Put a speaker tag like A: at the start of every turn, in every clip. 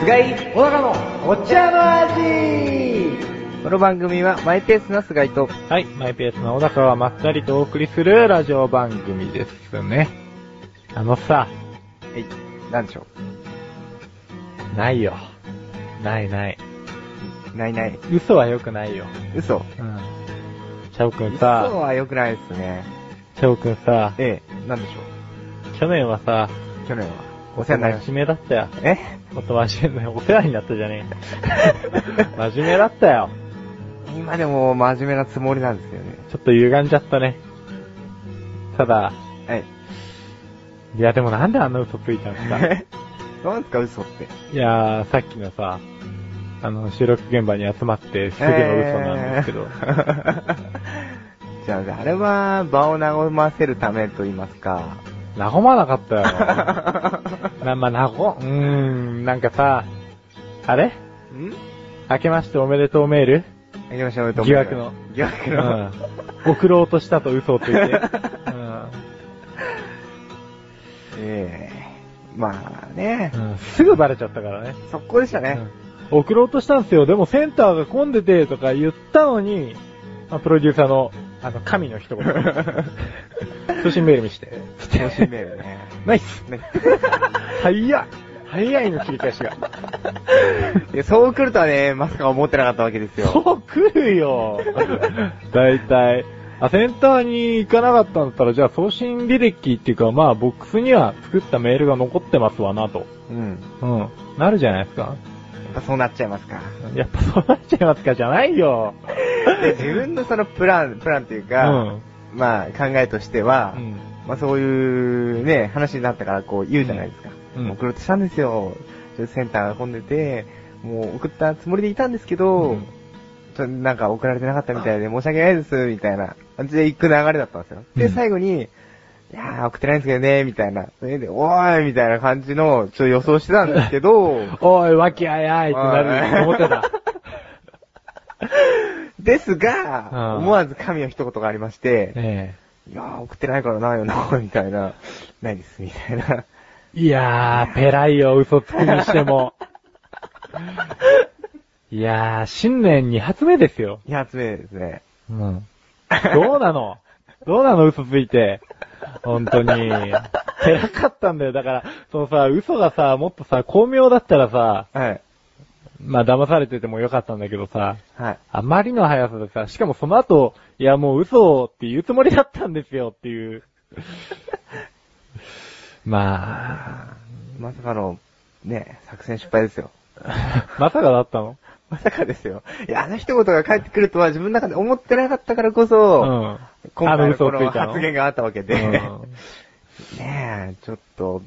A: 菅井小高のお茶の味
B: この番組はマイペースな菅井と、
C: はい、マイペースの小高はまったりとお送りするラジオ番組ですね。あのさ、
B: はい、なんでしょ
C: ないよ。ないない。
B: う。ないない。
C: 嘘は良くないよ。
B: 嘘。
C: うん。チャオくん
B: 嘘
C: さ、
B: は良くないですね。
C: チャオくんさ、
B: ええ、なんでしょ
C: 去年はさ、
B: う。去年は。お世話になりまし
C: 真面目だったよ。
B: た。え
C: ほんと真面目、お世話になったじゃねえ。 真面目だったよ。
B: 今でも真面目なつもりなんですよね。
C: ちょっと歪んじゃったね。ただ、
B: はい。
C: いやでもなんであんな嘘ついた んですか
B: なんですか嘘って。
C: いやー、さっきのさ、あの、収録現場に集まってすぐの嘘なんですけど。
B: えー じゃあ、あれは場を和ませるためと言いますか。
C: 和まなかったよ。な、まあ、和、うーん、なんかさ、あれ
B: ん
C: 明けましておめでとうメール
B: あげましょう、おめでとう
C: 疑惑の。
B: 疑惑
C: う
B: の。
C: ん。送ろうとしたと嘘をついて。うん
B: ええまあね、
C: うん。すぐバレちゃったからね。
B: 速攻でしたね。
C: うん送ろうとしたんですよ。でもセンターが混んでてとか言ったのに、まあ、プロデューサーの、あの、神の一言。通信メール見して。
B: 楽しめるね。
C: ナイス
B: ね
C: 早い早いの切り返しが。
B: いやそう来るとはね、まさか思ってなかったわけですよ。
C: そう来るよ。大体。あ、センターに行かなかったんだったら、じゃあ送信履歴っていうか、まあ、ボックスには作ったメールが残ってますわなと。
B: うん。
C: うん。なるじゃないですか。
B: やっぱそうなっちゃいますか。
C: やっぱそうなっちゃいますかじゃない よ。
B: で、自分のそのプラン、プランっていう
C: う
B: か、
C: ん。
B: まあ考えとして
C: う
B: は、
C: ん。
B: まあそういうね、話になったからこう言うじゃないですか。
C: うんうん
B: 送ろうとしたんですよ。ちょっとセンターが混んでて、もう送ったつもりでいたんですけど、
C: うん
B: ちょっとなんか送られてなかったみたいで申し訳ないです、みたいな感じで行く流れだったんですよ。
C: う
B: で、
C: ん
B: 最後に、いやー、送ってないんですけどね、みたいな。それで、おーいみたいな感じの、ちょっと予想してたんですけ ど、
C: おい、わきあいあいってなると思って た。
B: ですが、
C: うん
B: 思わず神の一言がありまして、
C: ね
B: いやー、送ってないからないよな、みたいな、ないです、みたいな。
C: え。いやー、ペライよ、嘘つくにしても。いやー、新年2発目ですよ。
B: 二発目ですね。
C: うん。どうなのどうなの嘘ついて。本当に。偉かったんだよ。だから、そのさ、嘘がさ、もっとさ、巧妙だったらさ、
B: はい。
C: まあ騙されててもよかったんだけどさ、
B: はい。
C: あまりの速さでさ、しかもその後、いやもう嘘って言うつもりだったんですよって いう。ま
B: まさかの、ね、作戦失敗ですよ。
C: あ、まさかだったの
B: まさかですよ。いや、あの一言が返ってくるとは自分の中で思ってなかったからこそ、
C: うん。
B: 今
C: あ
B: 回
C: の
B: の
C: 嘘
B: こ
C: をつい
B: の
C: たの
B: 発言があったわけで、
C: うん
B: ねえ、ちょっと、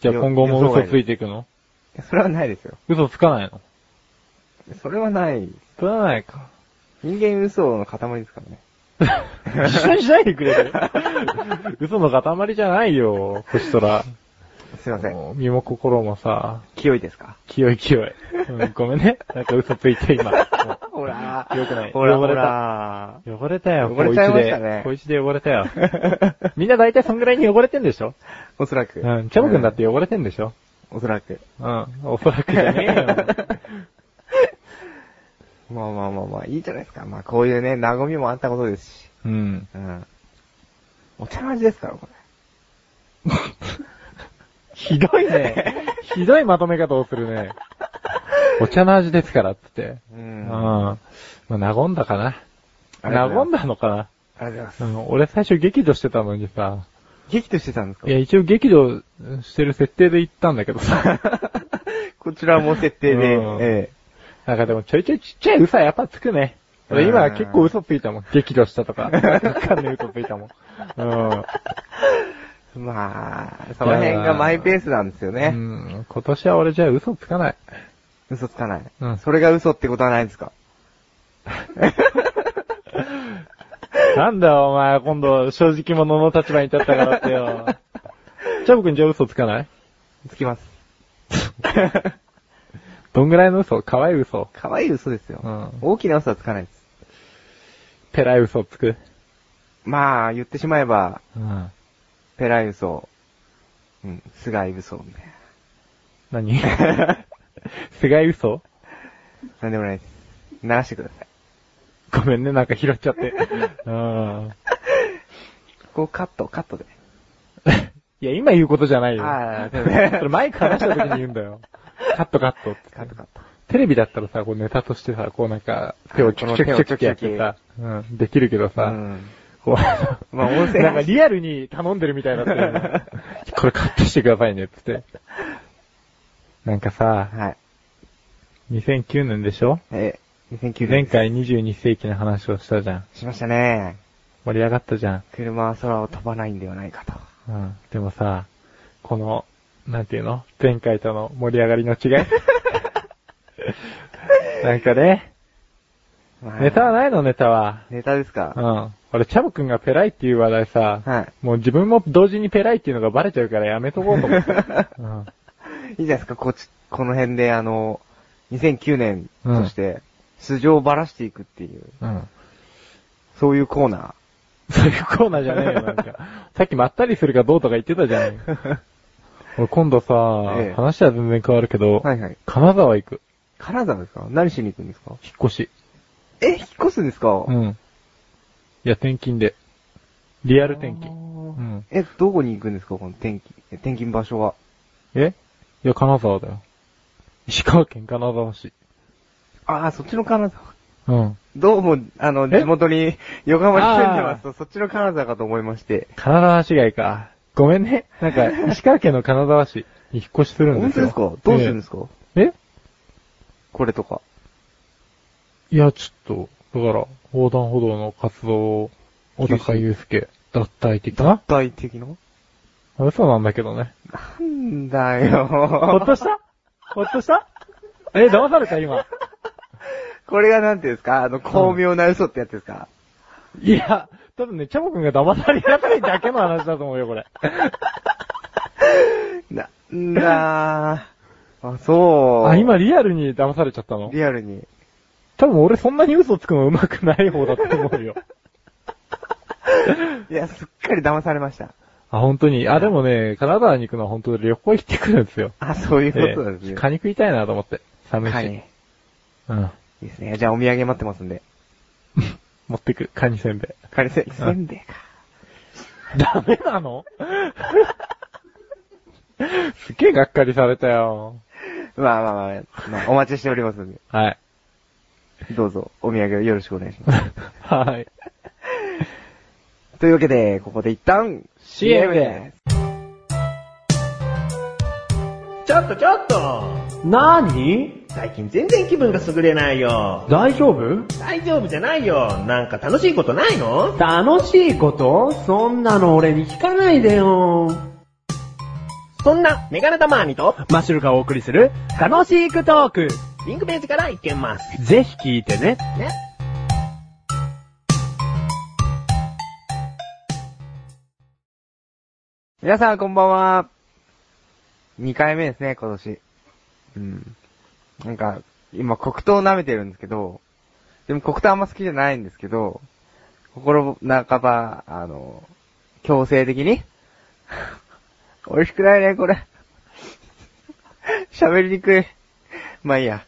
C: じゃあ今後も嘘ついていくの
B: いやそれはないですよ。
C: 嘘つかないの
B: それはない。
C: つかないか。
B: 人間嘘の塊ですからね。
C: 一緒にしないでく れる嘘の塊じゃないよ、そしたら。
B: すいません。
C: もう身も心もさ、
B: 清いですか
C: 清い清い。うんごめんね。なんか嘘ついて今。も
B: ほら
C: よくない
B: ほら
C: 汚
B: ほ
C: れた
B: ら。
C: う汚れたよ、
B: 汚れちゃいましたね
C: 小一で汚れたよ。みんな大体そんぐらいに汚れてんでしょ
B: おそらく。
C: うん。チャボくんだっ。て汚れてんでしょ
B: おそらく。
C: うん。おそらくじゃねえよ。
B: まあまあまあまあ、いいじゃないですか。まあこういうね、和みもあったことですし。
C: うん。
B: うん。お茶の味ですから、これ。
C: ひどいね。ひどいまとめ方をするね。お茶の味ですから、つって。
B: う
C: うんん。まあ、和んだかな。
B: ありがとうござ
C: 和
B: い
C: ん
B: ま
C: だのかな
B: す。ありがとうございます。
C: うん、俺最初激怒してたのにさ、
B: 激怒してたんですか
C: いや、一応激怒してる設定で行ったんだけど さ、
B: こちらも設定で、
C: うん
B: え
C: なんかでもちょいちょいちっちゃい嘘はやっぱつくね。俺今結構嘘ついたもん。激怒したと か。わかんない嘘ついたもん。うん。
B: えまあ、その辺がマイペースなんですよ
C: う
B: ね。
C: ん今年は俺じゃあ嘘つかない。
B: 嘘つかない、
C: うん
B: それが嘘ってことはないですか
C: なんだよお前、今度正直者の立場に立ったからってよ。チャブ君じゃあ嘘つかない
B: つきます。
C: どんぐらいの嘘可愛い嘘
B: 可愛い嘘ですよ、
C: うん
B: 大きな嘘はつかないです。
C: ペラい嘘つく
B: まあ、言ってしまえば、
C: うん。
B: ペライ嘘、うん、スガイ嘘みたい
C: 何
B: な。
C: 菅井嘘
B: なんでもないです。流してください。
C: ごめんね、なんか拾っちゃって。うん。
B: ここカット、カットで。
C: いや、今言うことじゃないよ。
B: ああ
C: それマイク離した時に言うんだよ。カット カットって
B: カットカット。
C: テレビだったらさ、こうネタとしてさ、こうなんか、手をチョキチョキチョキやってさ、うん、できるけどさ、
B: うん。
C: こう、
B: まあ音声
C: なんかリアルに頼んでるみたいになってるよね これカットしてくださいね、つって。なんかさ、
B: はい。
C: 2009年でしょ
B: え、2009年。
C: 前回22世紀の話をしたじゃん。
B: しましたね。
C: 盛り上がったじゃん。
B: 車は空を飛ばないんではないかと。
C: うん。でもさ、この、なんていうの前回との盛り上がりの 違い。なんかね、
B: まあ
C: ネタはないのネタは。
B: ネタですか
C: う、ん。俺、チャボくんがペライっていう話題さ、
B: はい
C: もう自分も同時にペライっていうのがバレちゃうからやめとこうと思って。 うん。
B: いいじゃないですか、こっち、この辺であの、2009年として、素性をばらしていくっていう、
C: うん。
B: そういうコーナ
C: そういうコーナーじゃねえよ、なんか。さっきまったりするかどうとか言ってたじゃん。 俺今度さ、
B: ええ
C: 話は全然変わるけど、
B: ー。はいはい。
C: 金沢行く。
B: 金沢ですか何しに行くんですか
C: 引っ越し。
B: え、引っ越すんですか
C: うん。いや、転勤で。リアル転
B: あ
C: 勤。
B: ー
C: うん
B: え、どこに行くんですかこの転勤。え転勤場所は。
C: えいや、金沢だよ。石川県金沢市。
B: ああ、そっちの金沢。
C: うん。
B: どうも、あの、
C: え
B: 地元に、 横浜に住んでますと、そっちの金沢かと思いまして。
C: 金沢市街か。ごめんね。なんか、石川県の金沢市に引っ越しするん
B: 本
C: です
B: 当で
C: よ。
B: すかどうするんです
C: か
B: か、
C: え
B: これとか。
C: えいや、ちょっと、だから、横断歩道の活動を、小高祐介、脱退的な
B: 大的な
C: 嘘なんだけどね。
B: なんだよ。
C: ほっとしたほっとしたえ、騙された今。
B: これがなんていうんですかあの、巧妙な嘘ってやつですか、
C: いや、多分ね、チャボくんが騙されやすいだけの話だと思うよ、これ。
B: な、なーあ、そう。
C: あ、今リアルに騙されちゃったの
B: リアルに。
C: 多分俺そんなに嘘つくの上手くない方だと思うよ。
B: いや、すっかり騙されました。
C: あ、本当に。あ、でもね、カナダに行くのは本当に旅行行ってくるんですよ。
B: あ、そういうことなんです
C: ええ
B: ね。
C: カニ食いたいなと思って。寒いし。
B: カニ。
C: うん。
B: いいですね。じゃあお土産待ってますんで。
C: 持ってく、カニせんべい。
B: カニせ、せんべいか。
C: ダメなのすっげえがっかりされたよ。
B: まあまあまあ、まあ、お待ちしておりますんで。
C: はい。
B: どうぞ、お土産をよろしくお願いします。
C: はい。
B: というわけで、ここで一旦、。
C: CM です
A: ちょっとちょっとなーに
D: 最近全然気分が優れないよ。
A: 大丈夫
D: 大丈夫じゃないよ。なんか楽しいことないの
A: 楽しいことそんなの俺に聞かないでよ。
D: そんな、メガネタマーニと、
A: マッシュルがお送りする、楽しいクトーク。
D: リンクページからいけます。
A: ぜひ聞いてね。
D: ね。
B: 皆さんこんばんは。2回目ですね、今年。うん。なんか、今黒糖を舐めてるんですけど、でも黒糖あんま好きじゃないんですけど、心半ば、あの、強制的に、 美味しくないね、これ。 喋りにくい。まあいいや。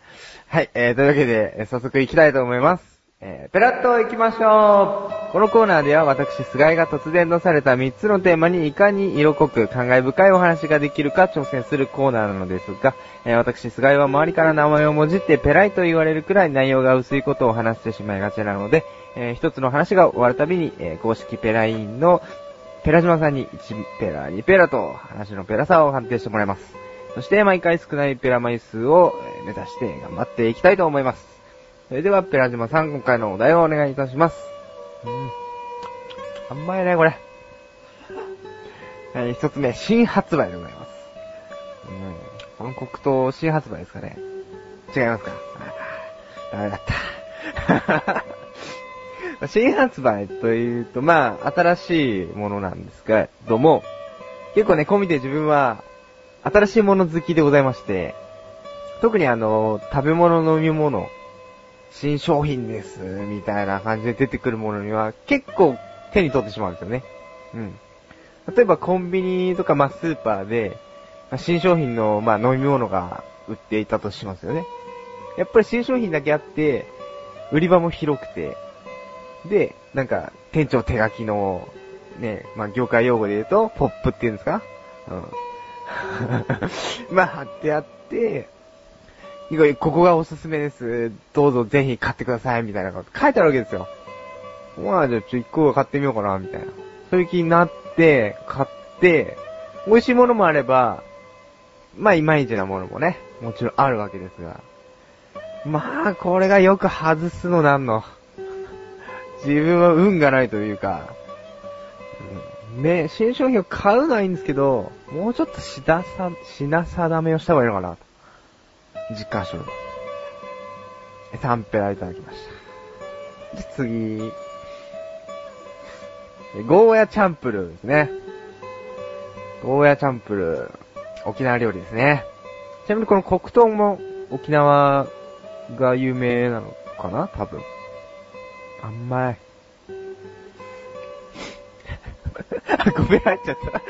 B: はい、えー、というわけで、えー早速行きたいと思います。えー、ペラッと行きましょうこのコーナーでは私、菅井が突然出された3つのテーマにいかに色濃く感慨深いお話ができるか挑戦するコーナーなのですが、えー、私、菅井は周りから名前をもじってペライと言われるくらい内容が薄いことを話してしまいがちなので、えー、一つの話が終わるたびに、えー、公式ペラインのペラ島さんに1ペラ、2ペラと話のペラさを判定してもらいます。そして毎回少ないペラ枚数をえー目指して頑張っていきたいと思います。それではペラ島さん、今回のお題をお願いいたします。うん。あんまやね、これ。はい、一つ目、新発売でございます。うん。この黒糖、新発売ですかね。違いますかあーダメだった。 新発売というと、まあ、新しいものなんですけども、結構ね、こう見て自分は、新しいもの好きでございまして、特にあの、食べ物、飲み物、新商品です、みたいな感じで出てくるものには、結構手に取ってしまうんですよね。うん。例えばコンビニとか、まあ、スーパーで、まあ新商品の、まあ、飲み物が売っていたとしますよね。やっぱり新商品だけあって、売り場も広くて、で、なんか、店長手書きの、ね、まあ、業界用語で言うと、ポップっていうんですかうん。 まあ、貼ってあって、いやここがおすすめです。どうぞぜひ買ってください、みたいなこと書いてあるわけですよ。まあ、じゃあ、ちょ、一個買ってみようかな、みたいな。そういう気になって、買って、美味しいものもあれば、まあ、いまいちなものもね、もちろんあるわけですが。まあ、これがよく外すのなんの。自分は運がないというか、うんね、新商品を買うのはいいんですけど、もうちょっと品さ、品定めをした方がいいのかなと。実感します。3ペラいただきました。で、次。ゴーヤチャンプルーですね。ゴーヤチャンプルー。沖縄料理ですね。ちなみにこの黒糖も沖縄が有名なのかな多分。甘い。 ごめん、入っちゃった。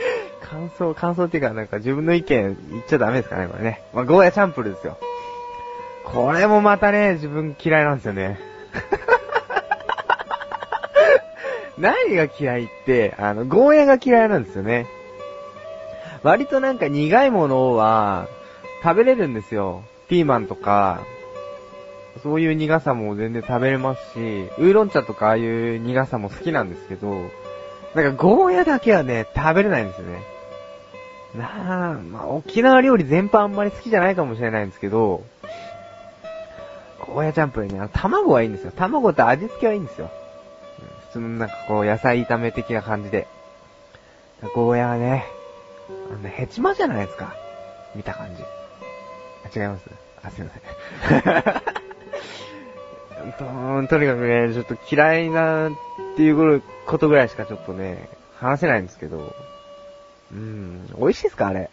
B: 感想、感想っていうか、なんか自分の意見言っちゃダメですかね、これね。まあ、ゴーヤチャンプルーですよ。これもまたね、自分嫌いなんですよね。何が嫌いって、あの、ゴーヤが嫌いなんですよね。割となんか苦いものは食べれるんですよ。ピーマンとか、そういう苦さも全然食べれますし、ウーロン茶とかああいう苦さも好きなんですけど、なんかゴーヤだけはね、食べれないんですよね。なあ、まあ沖縄料理全般あんまり好きじゃないかもしれないんですけど、ゴーヤチャンプルーね、あの卵はいいんですよ。卵と味付けはいいんですよ。うん普通のなんかこう野菜炒め的な感じで。ゴーヤはね、あの、ヘチマじゃないですか。見た感じ。あ、違いますあ、すいません。 うんととにかくね、ちょっと嫌いなっていうことぐらいしかちょっとね、話せないんですけど。うん、美味しいですかあれ。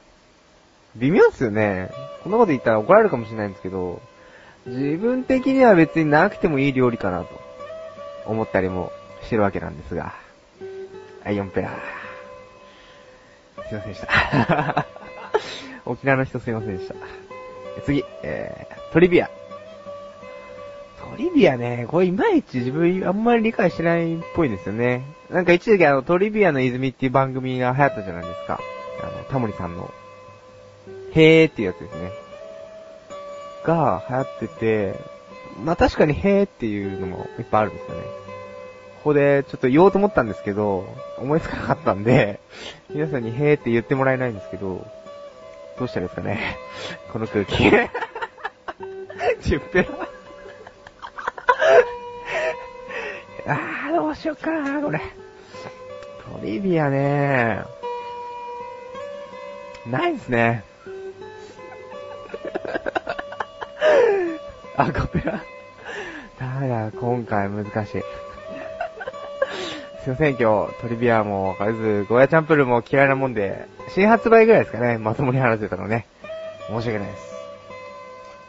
B: 微妙っすよね。こんなこと言ったら怒られるかもしれないんですけど、自分的には別になくてもいい料理かなと、思ったりもしてるわけなんですが。はい、4ペラ。すいませんでした。 沖縄の人すいませんでした。え次、えー、トリビア。トリビアね、これいまいち自分あんまり理解してないっぽいんですよね。なんか一時期あの、トリビアの泉っていう番組が流行ったじゃないですか。あの、タモリさんの。へーっていうやつですね。が流行ってて、まあ、確かにへーっていうのもいっぱいあるんですよね。ここでちょっと言おうと思ったんですけど、思いつかなかったんで、 皆さんにへーって言ってもらえないんですけど、どうしたらいいですかね。 この空気。ちゅっぺら。 あー、どうしよっかな、これ。トリビアねないですね。あ、ごめんな。ダメだ、今回難しい。すいません、今日、トリビアも分からず、ゴーヤチャンプルーも嫌いなもんで、新発売ぐらいですかね、まともに話せたのね。申し訳ないです。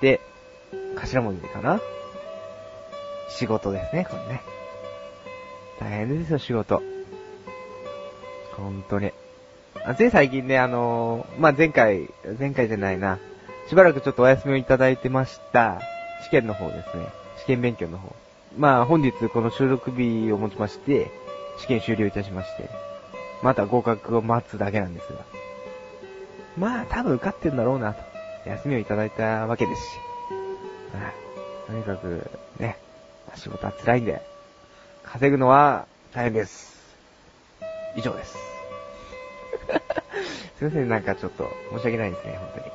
B: で、頭文字かな仕事ですね、これね。大変ですよ、仕事。本当に。あつい最近ね、あのーまあ、前回、前回じゃないな。しばらくちょっとお休みをいただいてました。試験の方ですね。試験勉強の方。まあ、本日この収録日をもちまして、試験終了いたしまして、また合格を待つだけなんですが。まあ、多分受かってんだろうなと。休みをいただいたわけですし。はいとにかく、ね、仕事は辛いんで、稼ぐのは大変です。以上です。 すいません、なんかちょっと申し訳ないですね、本当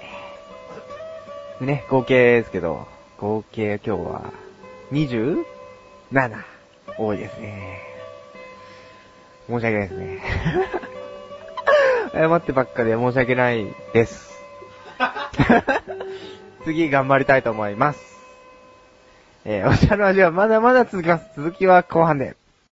B: に。ね、合計ですけど、合計今日は 27? 多いですね。申し訳ないですね。 謝ってばっかで申し訳ないです。 次頑張りたいと思います。えーお茶の味はまだまだ続きます。続きは後半で。